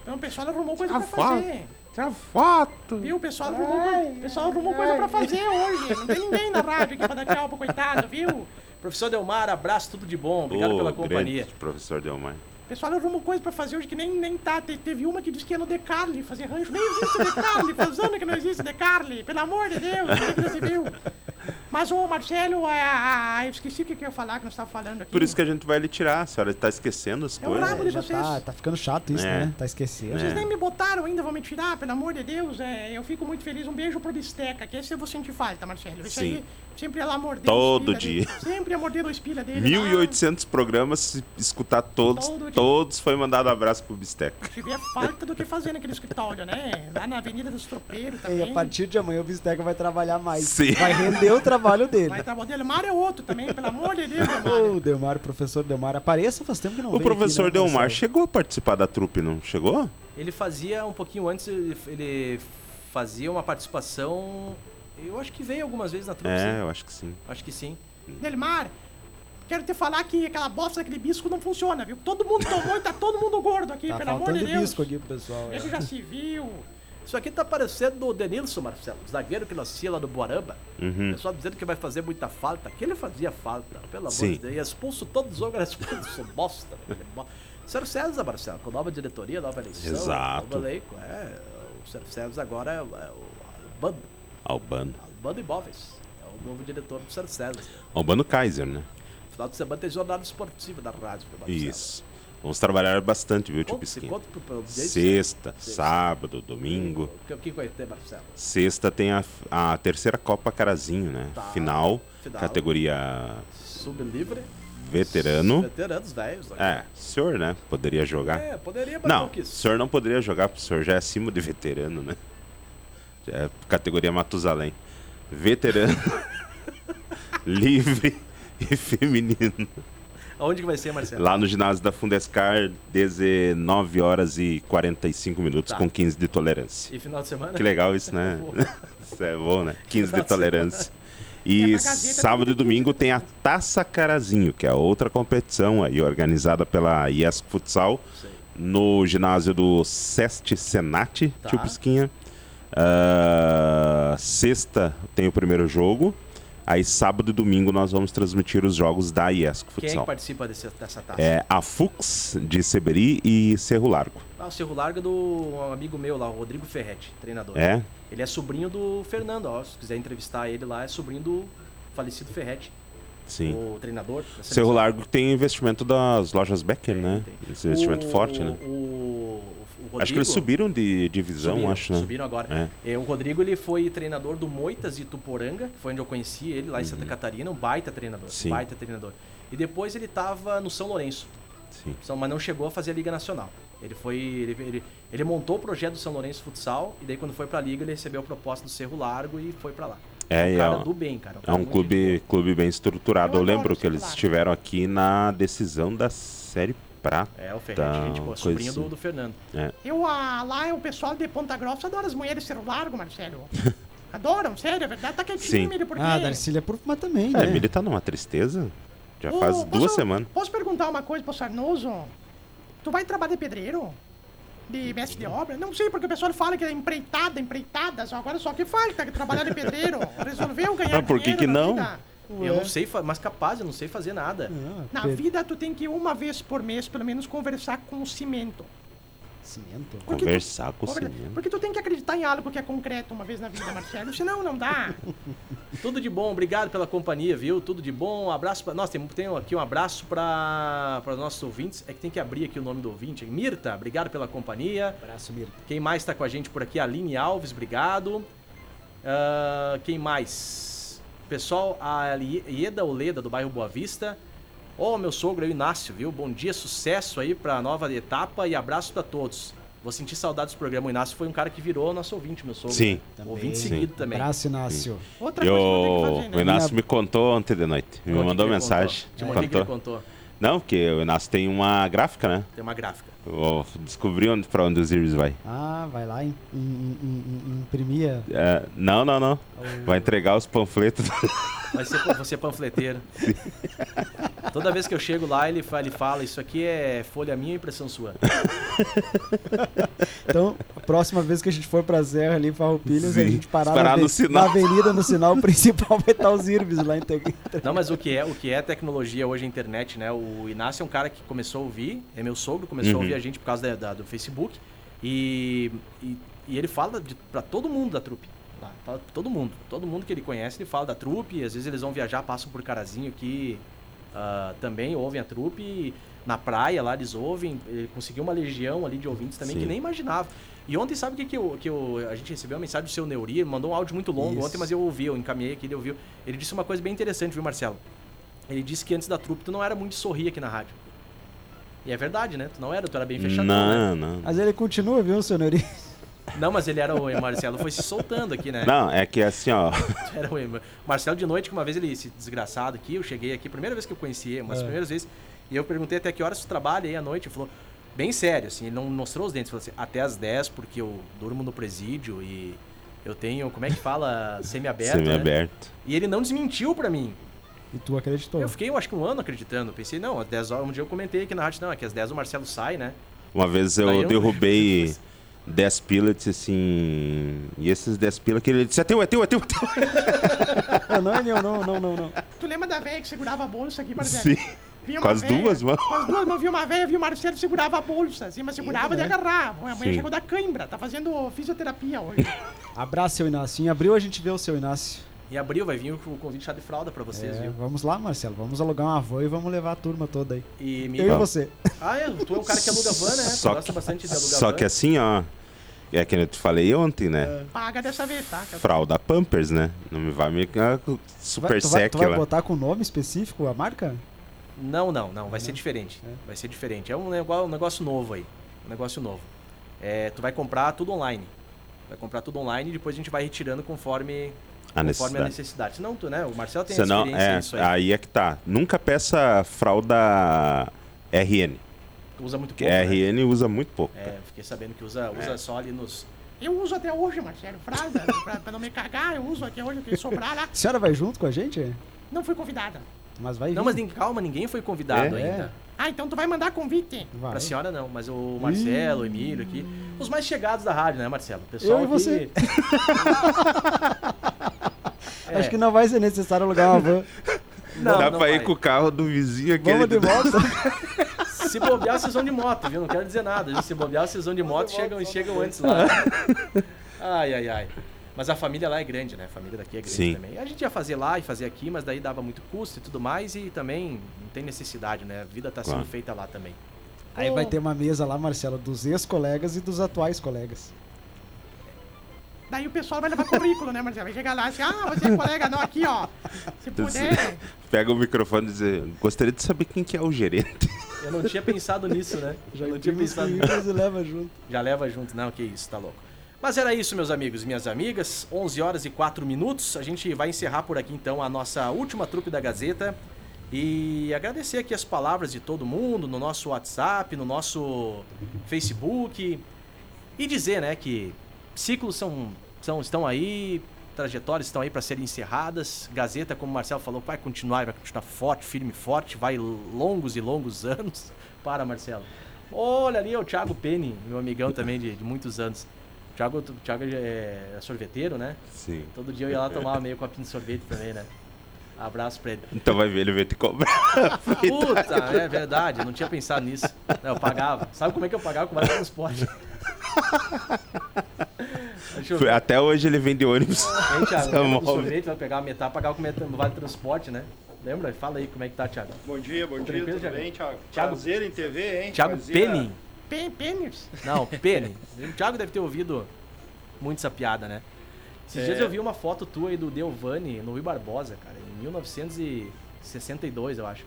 S1: Então o pessoal arrumou coisa
S4: Ah,
S1: pra
S4: fala.
S1: fazer.
S4: Tira foto!
S1: Viu? O pessoal arrumou, coi- o pessoal arrumou coisa pra fazer hoje. Não tem ninguém na rádio aqui pra dar tchau pro coitado, viu?
S2: professor Delmar, abraço, tudo de bom. Obrigado
S4: Ô,
S2: pela
S4: grande
S2: companhia.
S4: professor Delmar.
S1: O pessoal arrumou coisa pra fazer hoje que nem, nem tá. Te- Teve uma que disse que ia no Decarly fazer rancho. Nem existe Decarly, faz anos que não existe Decarly. Pelo amor de Deus, não se viu. Mas o Marcelo, é, a- a- eu esqueci o que que eu ia falar, que nós estávamos falando aqui.
S4: Por isso que é. a gente vai lhe tirar, a senhora tá esquecendo as
S1: É um
S4: coisas.
S1: rabo de
S3: Já
S1: vocês.
S3: tá, tá ficando chato isso,
S4: É.
S3: né? Tá esquecendo.
S1: Vocês nem me botaram ainda, vão me tirar, pelo amor de Deus. É, eu fico muito feliz. Um beijo pro Bisteca, que esse eu vou sentir falta, Marcelo. Esse
S4: Sim.
S1: aí sempre ia lá morder.
S4: Todo
S1: os pilha
S4: dia.
S1: dele. Sempre ia morder os pilha dele. lá.
S4: 1800 programas, se escutar todos,
S1: Todo dia.
S4: todos foi mandado abraço pro Bisteca.
S1: Tiver Ah, falta do que fazer naquele escritório, né? Lá na Avenida dos Tropeiros também.
S3: E a partir de amanhã o Bisteca vai trabalhar mais.
S4: Sim.
S3: Vai render o trabalho dele.
S1: Vai estar o Delmar é outro também, pelo amor de Deus, Delmar.
S3: Ô, Delmar, professor Delmar, apareça, faz tempo que não
S4: O
S3: vem
S4: professor
S3: aqui, né,
S4: Delmar
S3: professor?
S4: chegou a participar da trupe, não chegou?
S2: Ele fazia um pouquinho antes, ele, ele fazia uma participação. Eu acho que veio algumas vezes na trupe,
S4: É,
S2: sim.
S4: eu acho que sim.
S2: Acho que sim.
S1: Delmar, quero te falar que aquela bosta daquele bisco não funciona, viu? Todo mundo tomou e tá todo mundo gordo aqui,
S3: Tá
S1: pelo amor
S3: faltando
S1: de Deus.
S3: bisco aqui pro pessoal. é.
S1: Ele já se viu.
S2: Isso aqui tá parecendo o Denilson, Marcelo, zagueiro que nascia lá do Boaramba. O
S4: Uhum.
S2: pessoal É dizendo que vai fazer muita falta. Que ele fazia falta, pelo amor
S4: Sim.
S2: de Deus. E expulso todos os outros, expulso bosta. né? Ele é bo- Sérgio César, Marcelo, com nova diretoria, nova eleição,
S4: Exato.
S2: novo elenco. É, o Sérgio César agora é, é o bando.
S4: Albano.
S2: Albano Imóveis. É o novo diretor do Sr. César.
S4: Albano Kaiser, né?
S2: Final de semana tem jornada esportiva da rádio. meu Marcelo.
S4: Isso. Vamos trabalhar bastante, viu, tio
S2: Conta- se
S4: Pisquinha?
S2: conta pro- pro- Sexta.
S4: Sexta, sábado, domingo.
S2: O que- O que vai ter, Marcelo?
S4: Sexta tem a, a terceira Copa Carazinho, né?
S2: Tá.
S4: Final,
S2: Final.
S4: categoria
S2: Sublivre.
S4: veterano.
S2: Veteranos, velhos. né?
S4: É, senhor, né? Poderia jogar.
S2: É, poderia, mas
S4: Não,
S2: não
S4: o
S2: quis.
S4: senhor não poderia jogar, porque o senhor já é acima de veterano, né? Já é categoria Matusalém. Veterano, livre e feminino.
S2: Onde que vai ser, Marcelo?
S4: Lá no ginásio da Fundescar, 19 horas e 45 minutos,
S2: Tá.
S4: com 15 de tolerância.
S2: E final de semana?
S4: Que legal isso, né? isso é bom, né? 15 de
S2: Nossa.
S4: tolerância.
S1: É
S4: E
S1: pra Gazeta
S4: sábado e domingo tem a Taça Carazinho, que é outra competição aí organizada pela IESC Futsal
S2: Sim.
S4: no ginásio do Seste Senat,
S2: Tá.
S4: tio Pisquinha. Ah, sexta tem o primeiro jogo. Aí sábado e domingo nós vamos transmitir os jogos da IESC
S2: Quem é que
S4: Futsal.
S2: participa desse, dessa taça?
S4: É a Fux de Seberi e Cerro Largo.
S2: Ah, o Cerro Largo é do um amigo meu lá, o Rodrigo Ferretti, treinador.
S4: É?
S2: Ele é sobrinho do Fernando, ó. Se quiser entrevistar ele lá, é sobrinho do falecido Ferretti,
S4: Sim.
S2: o treinador. da
S4: Cerro
S2: seleção.
S4: Largo tem investimento das lojas Becker, né?
S2: tem.
S4: Esse investimento
S2: O-
S4: forte, né?
S2: O, o Rodrigo,
S4: Acho que eles subiram de divisão,
S2: subiram,
S4: acho, né?
S2: Subiram agora. É, o Rodrigo ele foi treinador do Moitas de Tuporanga, que foi onde eu conheci ele lá em Santa Catarina, um baita treinador,
S4: Uhum. Sim.
S2: baita treinador. E depois ele tava no São Lourenço,
S4: Sim.
S2: São- mas não chegou a fazer a Liga Nacional. Ele foi. Ele, ele- ele montou o projeto do São Lourenço Futsal e daí quando foi pra Liga ele recebeu a proposta do Cerro Largo e foi pra lá.
S4: É,
S2: um
S4: e
S2: cara
S4: é um-
S2: do bem, cara.
S4: É
S2: cara
S4: um
S2: muito
S4: clube,
S2: gente
S4: clube bem estruturado.
S1: Eu
S4: Eu,
S1: adoro
S4: lembro
S1: o
S4: que eles
S1: Circular.
S4: estiveram aqui na decisão da Série Prata.
S2: boa. É, o Ferretti, gente boa,
S4: coisa
S2: sobrinho do,
S4: assim.
S2: do Fernando.
S1: Eu, ah, lá, o pessoal de Ponta Grossa adora as mulheres ser largo, Marcelo. Adoram, sério, é verdade. Tá
S4: Sim.
S1: quietinho, Miri, porque...
S3: Ah, Darcília é Proof, mas também,
S4: É,
S3: né?
S4: ele tá numa tristeza. Já
S1: Ô,
S4: faz
S1: posso-
S4: duas semanas.
S1: Posso perguntar uma coisa pro Sarnoso? Tu vai trabalhar de pedreiro? De mestre de obra? Não sei, porque o pessoal fala que é empreitada, empreitada. Só agora só que falta, que trabalhar de pedreiro. Resolveu ganhar
S4: Mas por que
S1: dinheiro
S4: que
S1: na
S4: não?
S1: vida.
S2: Eu não sei, fa- mas capaz, eu não sei fazer nada.
S3: Ah,
S1: Na
S3: pe-
S1: vida, tu tem que uma vez por mês, pelo menos, conversar com o cimento.
S3: Cimento.
S1: Porque
S4: Conversar com o
S1: Conversa-
S4: cinema.
S1: Porque tu tem que acreditar em algo que é concreto uma vez na vida, Marcelo. Senão, não dá.
S2: Tudo de bom, obrigado pela companhia, viu? Tudo de bom, um abraço pra. Nossa, tem, tem aqui um abraço para os nossos ouvintes. É que tem que abrir aqui o nome do ouvinte. Mirta, obrigado pela companhia.
S3: Abraço, Mirta.
S2: Quem mais tá com a gente por aqui? Aline Alves, obrigado. Ah, quem mais? Pessoal, a Li- Ieda Oleda, do bairro Boa Vista. Ó, meu sogro aí, o Inácio, viu? Bom dia, sucesso aí pra nova etapa e abraço pra todos. Vou sentir saudades do programa. O Inácio foi um cara que virou nosso ouvinte, meu sogro.
S4: Sim.
S3: Também.
S2: Ouvinte seguido também.
S3: Abraço, Inácio.
S1: Outra
S4: E
S1: coisa que
S4: o,
S1: tu tem que fazer, né?
S4: o Inácio me contou ontem de noite.
S2: Conta
S4: Me
S2: o que
S4: mandou
S2: ele
S4: mensagem.
S2: contou.
S4: Te
S2: Conta o que ele
S4: contou.
S2: contou.
S4: Não, porque o Inácio tem uma gráfica, né?
S2: Tem uma gráfica.
S4: Vou descobrir onde, pra onde os Iris vai.
S3: Ah, vai lá im- im- im- im- imprimir a-
S4: É, não, não, não. Vai entregar os panfletos.
S2: Vai ser, você é panfleteiro. Toda vez que eu chego lá, ele fala, ele fala isso aqui é folha minha e impressão sua.
S3: Então, a próxima vez que a gente for pra Serra ali, Farroupilhas, a
S4: Sim.
S3: gente parar,
S4: Parar
S3: na, ave-
S4: no sinal.
S3: na avenida, no sinal principal, vai estar os Irbes lá. Então,
S2: Não, mas o que é, o que é tecnologia hoje, a internet, né? O Inácio é um cara que começou a ouvir, é meu sogro, começou a ouvir a gente por causa da- da- do Facebook. E, e, e ele fala de, pra todo mundo da trupe. lá, Fala pra todo mundo. Todo mundo que ele conhece, ele fala da trupe. e Às vezes eles vão viajar, passam por Carazinho aqui ah, também, ouvem a trupe. e na praia lá eles ouvem. Ele conseguiu uma legião ali de ouvintes também que
S4: Sim.
S2: nem imaginava. E ontem, sabe o que, que, eu, que eu, a gente recebeu uma mensagem do seu Neuri? Ele mandou um áudio muito longo
S3: Isso.
S2: ontem, mas eu ouvi, eu encaminhei aqui, ele ouviu. Ele disse uma coisa bem interessante, viu, Marcelo? Ele disse que antes da trupe tu não era muito de sorrir aqui na rádio. E é verdade, né? Tu não era, tu era bem fechadão, né?
S4: Não, não.
S3: Mas ele continua, viu, senhor Neuri?
S2: Não, mas ele era o Marcelo, foi se soltando aqui, né?
S4: Não, é que assim, ó.
S2: Tu Era o Marcelo de noite, que uma vez ele, esse desgraçado aqui, eu cheguei aqui, primeira vez que eu conheci ele, uma das
S3: É.
S2: primeiras vezes, e eu perguntei até que horas tu trabalha aí à noite, ele falou, bem sério, assim, ele não mostrou os dentes, falou assim, até às 10, porque eu durmo no presídio e eu tenho, como é que fala, semi-aberto, né?
S4: Semi-aberto.
S2: E ele não desmentiu pra mim,
S3: E tu acreditou.
S2: Eu fiquei, eu acho que um ano acreditando. Pensei, não, às 10 horas. Um dia eu comentei aqui na rádio, não, é que às 10 o Marcelo sai, né?
S4: Uma vez
S2: Daí
S4: eu
S2: eu-
S4: derrubei 10 pila e disse assim. E esses 10 pila que ele disse: é teu, é teu, é teu. é teu."
S3: Ah, não, ele, não, não, não, não.
S1: Tu lembra da velha que segurava a bolsa aqui,
S2: né?
S1: Marcelo?
S4: Sim.
S1: Vinha uma
S4: Com as
S1: véia-
S4: duas mãos.
S1: Com as duas mãos, vinha uma velha, vinha o Marcelo segurava a bolsa, assim, mas segurava de
S3: Eita, né?
S1: agarrar. A minha mãe
S4: Sim.
S1: chegou da cãibra, tá fazendo fisioterapia hoje.
S3: Abraço, seu Inácio. Em abril a gente vê o seu Inácio.
S2: Em abril vai vir o convite chá de fralda pra vocês,
S3: É,
S2: viu?
S3: vamos lá, Marcelo. Vamos alugar uma van e vamos levar a turma toda aí.
S2: E me...
S3: Eu
S4: Tá.
S3: e você.
S2: Ah, é, tu é o cara que aluga van, né? Tu
S4: Só
S2: gosta
S4: que-
S2: bastante de alugar
S4: Só
S2: van. Ah,
S4: que assim, ó. É que eu te falei ontem, né?
S1: Paga dessa vez, tá?
S4: Fralda Pampers, né? Não me vai me. ah, com Super
S3: Vai- tu vai,
S4: sec
S3: tu vai
S4: lá.
S3: botar com nome específico a marca?
S2: Não, não, não. Vai ser
S4: Né?
S3: Não?
S2: diferente.
S3: É.
S2: Vai ser diferente. É um negócio, um negócio novo aí. Um negócio novo. É, tu vai comprar tudo online. Vai comprar tudo online e depois a gente vai retirando conforme conforme a
S4: A necessidade.
S2: necessidade. Senão, tu, né? O Marcelo tem
S4: Senão,
S2: experiência
S4: é,
S2: nisso aí.
S4: aí é que tá. Nunca peça fralda RN.
S2: Tu usa muito
S4: Porque
S2: pouco. né?
S4: RN usa muito pouco.
S2: É, fiquei sabendo que usa,
S4: É.
S2: usa só ali nos.
S1: Eu uso até hoje, Marcelo. Fralda, pra, pra não me cagar, eu uso até hoje o que sobrar lá.
S3: A senhora vai junto com a gente?
S1: Não fui convidada.
S3: Mas vai
S2: Não,
S3: vir.
S2: mas nem- calma, ninguém foi convidado
S3: É?
S2: ainda.
S1: Ah, então tu vai mandar convite.
S3: Vai.
S2: Pra senhora não, mas o Marcelo, o Emílio aqui. Os mais chegados da rádio, né, Marcelo? O pessoal
S3: Eu e
S2: aqui-
S3: você.
S2: É,
S3: Acho que não vai ser necessário alugar uma van.
S2: não,
S4: Dá
S2: não
S4: pra ir
S2: vai.
S4: com o carro do vizinho aqui.
S3: Vamos de volta.
S2: Se bobear, vocês vão de moto, viu? Não quero dizer nada. Se bobear, vocês vão de moto chegam, chegam antes lá. Ai, ai, ai. Mas a família lá é grande, né? A família daqui é grande
S4: Sim.
S2: também. A gente ia fazer lá e fazer aqui, mas daí dava muito custo e tudo mais. E também não tem necessidade, né? A vida tá sendo
S4: Claro.
S2: feita lá também.
S3: Aí vai ter uma mesa lá, Marcelo, dos ex-colegas e dos atuais colegas.
S1: Daí o pessoal vai levar currículo, né, Marcelo? Vai chegar lá assim, ah, você é colega não aqui, ó. Se puder.
S4: Pega o microfone e diz: Gostaria de saber quem que é o gerente.
S2: Eu não tinha pensado nisso, né?
S3: Já
S2: Eu não tinha
S3: incluímos
S2: pensado
S3: que
S2: nisso.
S3: Lucas e leva junto.
S2: Já leva junto, não, que isso, tá louco. Mas era isso, meus amigos e minhas amigas. 11 horas e 4 minutos. A gente vai encerrar por aqui então a nossa última trupe da Gazeta. E agradecer aqui as palavras de todo mundo no nosso WhatsApp, no nosso Facebook. E dizer, né, que ciclos são, são, estão aí, trajetórias estão aí para serem encerradas. Gazeta, como o Marcelo falou, vai continuar, vai continuar forte, firme e forte, vai longos e longos anos. Para, Marcelo. Olha ali, é o Thiago Penny, meu amigão também de, de muitos anos. O Thiago, o Thiago é sorveteiro, né?
S4: Sim.
S2: Todo dia eu ia lá tomar meio copinho de sorvete também, né? Abraço pra ele.
S4: Então vai ver, ele vai te cobrar.
S2: Puta, é verdade, eu não tinha pensado nisso. Eu pagava. Sabe como é que eu pagava com mais transporte? Deixa eu ver.
S4: Até hoje ele vem de ônibus.
S2: Hein, Thiago?
S4: Tá
S2: Lembra do
S4: móvel.
S2: sorvete, vai pegar a metade, pagar com metade, vale transporte, né? Lembra? Fala aí como é que tá, Thiago.
S5: Bom dia, bom dia,
S2: Tranquilo,
S5: tudo
S2: Thiago?
S5: bem, Thiago?
S2: Thiago-
S5: Prazer em TV, hein?
S2: Thiago
S5: Prazer.
S2: Penny.
S1: Pen- Pênis.
S2: Não, Penny. O Thiago deve ter ouvido muito essa piada, né? Esses
S5: É.
S2: dias eu vi uma foto tua aí do Delvani no Rui Barbosa, cara, em 1962, eu acho.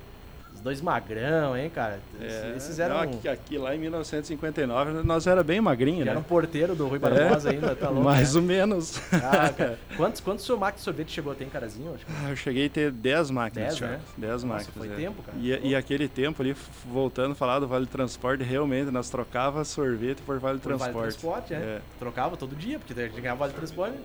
S2: Os dois magrão, hein, cara?
S5: É,
S2: Esses eram, um.
S5: não, aqui, aqui lá em 1959 nós era bem magrinho,
S2: já
S5: né?
S2: eram um porteiro do Rui Barbosa ainda, tá louco.
S5: Mais
S2: né?
S5: ou menos.
S2: Ah, cara, quantos, quantos seu mac de sorvete chegou até em Carazinho? Acho que
S5: Ah, Eu cheguei a ter 10 máquinas,
S2: Dez,
S5: Thiago.
S2: né?
S5: 10
S2: Nossa,
S5: máquinas.
S2: foi
S5: é.
S2: tempo, cara.
S5: E, e aquele tempo ali, f- voltando a falar do Vale Transporte, realmente nós trocava sorvete por Vale
S2: por
S5: Transporte.
S2: Vale Transporte, né?
S5: É.
S2: Trocava todo dia, porque daí a gente ganhava Vale Transporte.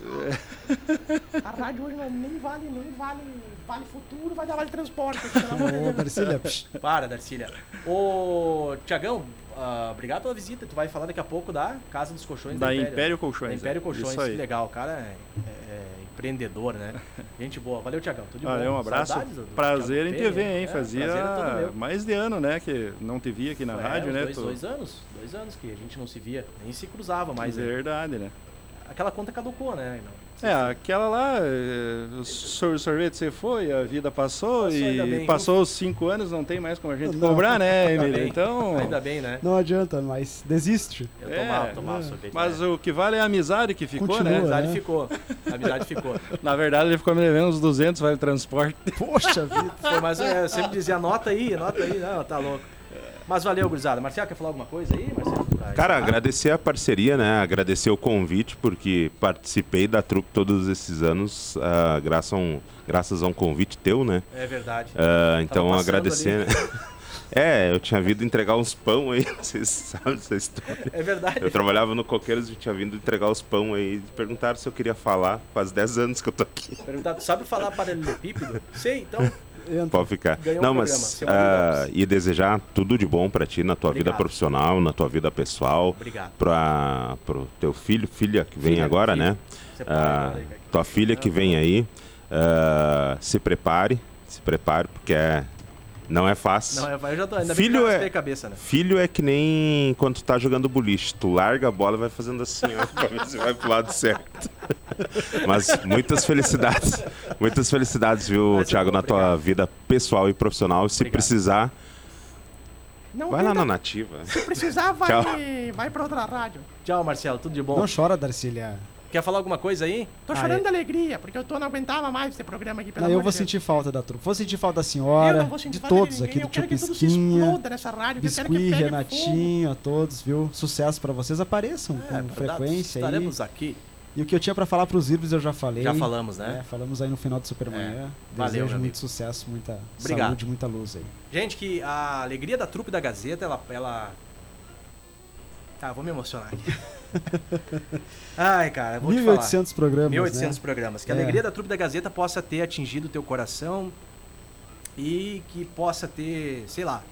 S5: É.
S1: A rádio hoje não- nem vale, nem vale, vale futuro, vai dar vale transporte. pelo amor de
S3: Ô,
S1: Deus.
S3: Marcília, psh,
S2: Para, Darcília. Ô, Tiagão, ah, obrigado pela visita. Tu vai falar daqui a pouco da Casa dos Colchões
S5: Da Império Colchões.
S2: né? Da Império
S5: é.
S2: Colchões,
S5: Isso
S2: que
S5: aí.
S2: legal. O cara é, é empreendedor, né? Gente boa. Valeu, Tiagão. Tudo de bom.
S5: Valeu, um abraço.
S2: Saudades do- do
S5: prazer em
S2: Thiago
S5: TV,
S2: Penha,
S5: hein?
S2: É, prazer é todo
S5: Fazia
S2: meu.
S5: mais de ano, né? Que não te via aqui na
S2: É,
S5: rádio,
S2: uns
S5: né?
S2: Dois,
S5: tu-
S2: dois anos. Dois anos que a gente não se via. Nem se cruzava mais. né?
S5: Verdade, né?
S2: Aquela conta caducou, né?
S5: É, aquela lá, é, o sor- sorvete você foi, a vida passou,
S2: Passou, ainda bem.
S5: e passou os cinco anos, não tem mais como a gente
S3: Não.
S5: cobrar, né, Emílio?
S2: bem.
S5: Então.
S2: Ainda bem, né?
S3: não adianta mais. Desiste.
S2: Eu
S5: É,
S2: tomava, tomava sorvete.
S5: Mas
S2: né?
S5: o que vale é a amizade que ficou,
S2: A
S3: Continua.
S5: né?
S2: amizade
S3: né?
S2: ficou. A amizade ficou.
S5: Na verdade, ele ficou me devendo uns 200 vale transporte.
S3: Poxa vida.
S2: Foi, mas é, eu sempre dizia, anota aí, anota aí, não, tá louco. Mas valeu, gurizada. Marcelo, quer falar alguma coisa aí, Marcelo? Pra
S4: Cara,
S2: encerrar?
S4: agradecer a parceria, né? Agradecer o convite, porque participei da trupe todos esses anos, ah, graças, a um, graças a um convite teu, né?
S2: É verdade.
S4: Ah, então
S2: passando
S4: agradecer.
S2: ali.
S4: né? é, eu tinha vindo entregar uns pão aí, vocês sabem essa história.
S2: É verdade.
S4: Eu trabalhava no Coqueiros e tinha vindo entregar os pão aí. e Perguntaram se eu queria falar. Faz 10 anos que eu tô aqui.
S2: Perguntar, tu sabe falar paralelepípedo? Sei, então.
S3: Entra.
S4: Pode ficar.
S2: Ganhou
S4: Não,
S2: o programa, é
S4: mas
S2: semana
S4: ah,
S2: que
S4: e desejar tudo de bom pra ti na tua
S2: Obrigado.
S4: vida profissional, na tua vida pessoal,
S2: Obrigado.
S4: para pro teu filho, filha que vem
S2: Filha,
S4: agora,
S2: filho.
S4: né?
S2: Você pode
S4: Ah,
S2: falar aí, cara.
S4: tua filha que vem aí, ah, se prepare, se prepare, porque é, Não é fácil.
S2: Não, eu eu já tô. Ainda bem
S4: Filho
S2: que eu
S4: é-
S2: raspei a cabeça, né?
S4: Filho é que nem quando tu tá jogando boliche. Tu larga a bola e vai fazendo assim, ó, pra ver se vai pro lado certo. Mas muitas felicidades. Muitas felicidades, viu,
S2: Mas é
S4: Thiago,
S2: bom,
S4: na tua
S2: obrigado.
S4: vida pessoal e profissional. Se
S2: Obrigado.
S4: precisar,
S1: Não
S4: vai lá
S1: tenta
S4: na Nativa.
S1: precisar,
S4: Tchau.
S1: vai, vai pra outra rádio.
S2: Tchau, Marcelo. Tudo de bom.
S3: Não chora, Darcília.
S2: Quer falar alguma coisa aí?
S1: Tô
S3: Ah,
S1: chorando
S3: é.
S1: de alegria, porque eu tô, não aguentava mais esse programa aqui, pelo
S3: Não,
S1: amor
S3: eu
S1: de
S3: vou
S1: Deus.
S3: sentir falta da trupe. Vou sentir falta da
S1: Eu
S3: senhora,
S1: não vou sentir
S3: de
S1: falta
S3: todos
S1: ninguém,
S3: aqui, do
S1: eu
S3: Tio
S1: quero que tudo se
S3: Pisquinha,
S1: exploda nessa rádio, que eu quero que
S3: Biscuit,
S1: pegue fogo.
S3: Renatinho, a todos, viu? Sucesso pra vocês. Apareçam com
S2: É, verdade,
S3: frequência aí.
S2: Estaremos aqui.
S3: E o que eu tinha pra falar pros livros eu já falei.
S2: Já falamos, né? É.
S3: É, falamos aí no final do Supermanhã.
S2: Valeu, meu
S3: Desejo
S2: amigo.
S3: muito sucesso, muita
S2: Obrigado.
S3: saúde, muita luz aí.
S2: Gente, que a alegria da trupe da Gazeta, ela. ela... Tá, vou me emocionar aqui. Ai, cara, eu vou te falar.
S3: 1800 programas,
S2: 1800
S3: né?
S2: programas. Que a
S3: É.
S2: alegria da trupe da Gazeta possa ter atingido o teu coração e que possa ter, sei lá,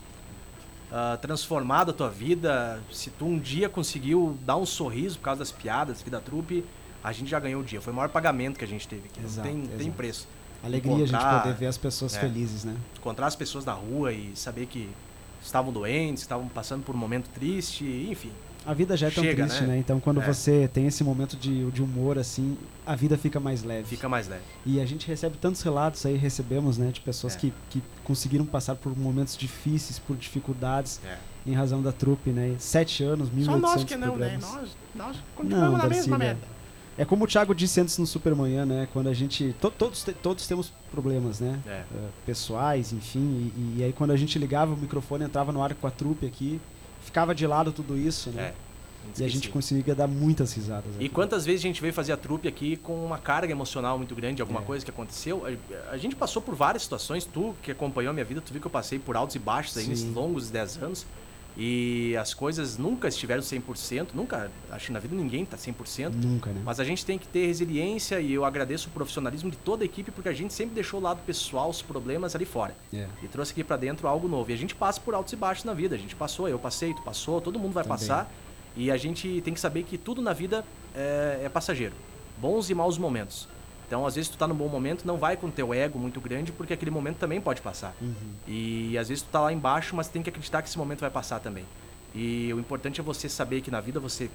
S2: ah, transformado a tua vida. Se tu um dia conseguiu dar um sorriso por causa das piadas aqui da trupe, a gente já ganhou o dia. Foi o maior pagamento que a gente teve aqui. Não
S3: Exato,
S2: tem, tem
S3: exato.
S2: preço.
S3: Alegria a gente
S2: Encontrar-
S3: poder ver as pessoas
S2: é.
S3: felizes, né?
S2: Encontrar as pessoas na rua e saber que estavam doentes, estavam passando por um momento triste, enfim.
S3: A vida já é tão
S2: Chega,
S3: triste,
S2: né?
S3: né? Então quando
S2: É.
S3: você tem esse momento de, de humor, assim, a vida fica mais leve.
S2: Fica mais leve.
S3: E a gente recebe tantos relatos aí, recebemos, né, de pessoas
S2: É.
S3: que, que conseguiram passar por momentos difíceis, por dificuldades,
S2: É.
S3: em razão da trupe, né? Sete anos, 1800
S1: Só nós que não, né?
S3: programas.
S1: Nós, nós continuamos na
S3: Darcy,
S1: mesma
S3: né?
S1: merda.
S3: É como o Thiago disse antes no Supermanhã, né? Quando a gente. to- todos, te- todos temos problemas, né?
S2: É.
S3: Eh, Pessoais, enfim. E, e aí quando a gente ligava o microfone, entrava no ar com a trupe aqui, ficava de lado tudo isso, né? E a gente
S2: é. Esqueci.
S3: conseguia dar muitas risadas.
S2: E
S3: aqui.
S2: quantas vezes a gente veio fazer a trupe aqui com uma carga emocional muito grande, alguma
S3: É.
S2: coisa que aconteceu? A, a gente passou por várias situações, tu que acompanhou a minha vida, tu viu que eu passei por altos e baixos aí
S3: Sim.
S2: nesses longos 10 anos. E as coisas nunca estiveram 100%, nunca, acho que na vida ninguém tá 100%,
S3: Nunca, né?
S2: mas a gente tem que ter resiliência e eu agradeço o profissionalismo de toda a equipe porque a gente sempre deixou o lado pessoal, os problemas ali fora
S3: É.
S2: e trouxe aqui pra dentro algo novo. E a gente passa por altos e baixos na vida. A gente passou, eu passei, tu passou, todo mundo vai
S3: Também.
S2: passar. E a gente tem que saber que tudo na vida é, é passageiro. Bons e maus momentos. Então, às vezes, tu tá num bom momento, não vai com teu ego muito grande, porque aquele momento também pode passar.
S3: Uhum.
S2: E às vezes tu tá lá embaixo, mas tem que acreditar que esse momento vai passar também. E o importante é você saber que na vida você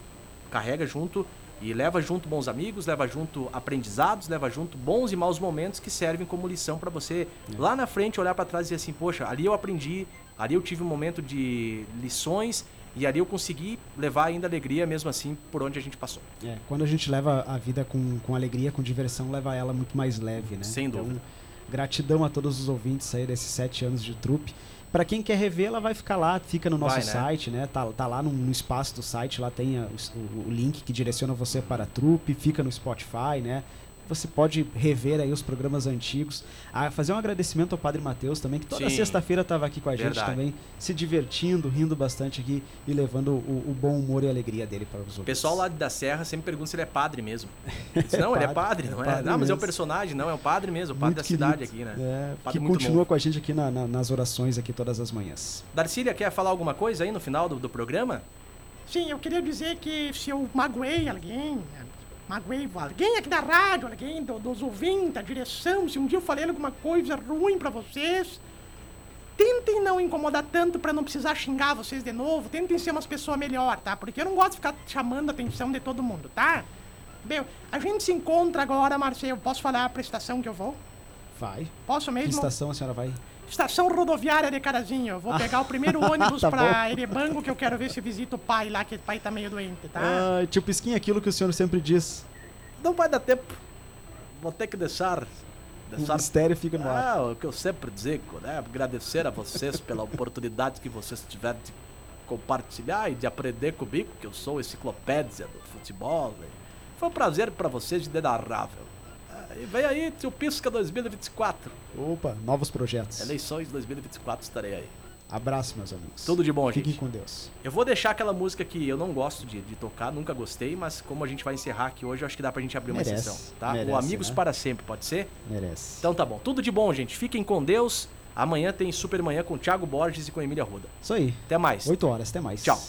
S2: carrega junto e leva junto bons amigos, leva junto aprendizados, leva junto bons e maus momentos que servem como lição pra você
S3: É.
S2: lá na frente olhar pra trás e dizer assim, poxa, ali eu aprendi, ali eu tive um momento de lições e ali eu consegui levar ainda alegria mesmo assim por onde a gente passou.
S3: É, quando a gente leva a vida com, com alegria, com diversão, leva ela muito mais leve, né?
S2: Sem dúvida.
S3: gratidão a todos os ouvintes aí desses sete anos de trupe. Pra quem quer rever, ela vai ficar lá, fica no nosso
S2: Vai, né?
S3: site, né? Tá, tá lá no, no espaço do site, lá tem a- o, o link que direciona você para a trupe, fica no Spotify, né? Você pode rever aí os programas antigos. Ah, fazer um agradecimento ao Padre Matheus também, que toda
S2: Sim.
S3: sexta-feira estava aqui com a gente
S2: Verdade.
S3: também, se divertindo, rindo bastante aqui e levando o, o bom humor e alegria dele para os
S2: O
S3: ouvintes.
S2: pessoal lá da Serra sempre pergunta se ele é padre mesmo. Eu disse, não, ele é padre, não é?
S3: padre
S2: ah, mas é o
S3: mesmo."
S2: personagem, não, é o padre mesmo, o padre
S3: Muito
S2: da cidade
S3: querido.
S2: aqui, né?
S3: É,
S2: Padre
S3: que
S2: muito
S3: continua
S2: bom.
S3: com a gente aqui na- na- nas orações aqui todas as manhãs.
S2: Darcília, quer falar alguma coisa aí no final do, do programa?
S1: Sim, eu queria dizer que se eu magoei alguém, magoei alguém aqui da rádio, alguém do- dos ouvintes, da direção, se um dia eu falei alguma coisa ruim pra vocês, tentem não incomodar tanto pra não precisar xingar vocês de novo, tentem ser umas pessoas melhor, tá? Porque eu não gosto de ficar chamando a atenção de todo mundo, tá? Meu, a gente se encontra agora, Marcelo, posso falar a prestação que eu vou?
S3: Vai.
S1: Posso
S3: Que
S1: mesmo?
S3: estação a senhora vai?
S1: Estação rodoviária de Carazinho. Eu vou pegar o primeiro ônibus
S3: Tá
S1: pra Erebango, que eu quero ver se visita o pai lá, que o pai tá meio doente, tá?
S3: Ah, tio Pisquinha, aquilo que o senhor sempre diz.
S2: Não vai dar tempo. Vou ter que deixar.
S3: O
S2: deixar...
S3: mistério fica no ar.
S2: Ah, o que eu sempre digo, né? Agradecer a vocês pela oportunidade que vocês tiveram de compartilhar e de aprender comigo, que eu sou enciclopédia do futebol. né? Foi um prazer pra vocês, inenarrável. Ah, E vem aí, tio Pisca 2024.
S3: Opa, novos projetos.
S2: Eleições 2024 estarei aí.
S3: Abraço, meus amigos.
S2: Tudo de bom,
S3: Fiquem
S2: gente.
S3: com Deus.
S2: Eu vou deixar aquela música que eu não gosto de, de tocar, nunca gostei, mas como a gente vai encerrar aqui hoje, eu acho que dá pra gente abrir uma
S3: Merece,
S2: sessão, tá?
S3: merece,
S2: o Amigos
S3: né?
S2: para Sempre, pode ser?
S3: Merece.
S2: Então tá bom. Tudo de bom, gente. Fiquem com Deus. Amanhã tem Supermanhã com Thiago Borges e com Emília Ruda.
S3: Isso aí.
S2: Até mais.
S3: Oito horas, até mais.
S2: Tchau.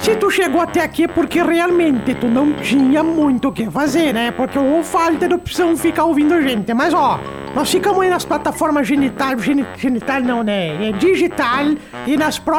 S1: Se tu chegou até aqui é porque realmente tu não tinha muito o que fazer, né? Porque ou falta de opção ficar ouvindo a gente. Mas ó, nós ficamos aí nas plataformas genital, geni- genital não, né? É digital e nas próximas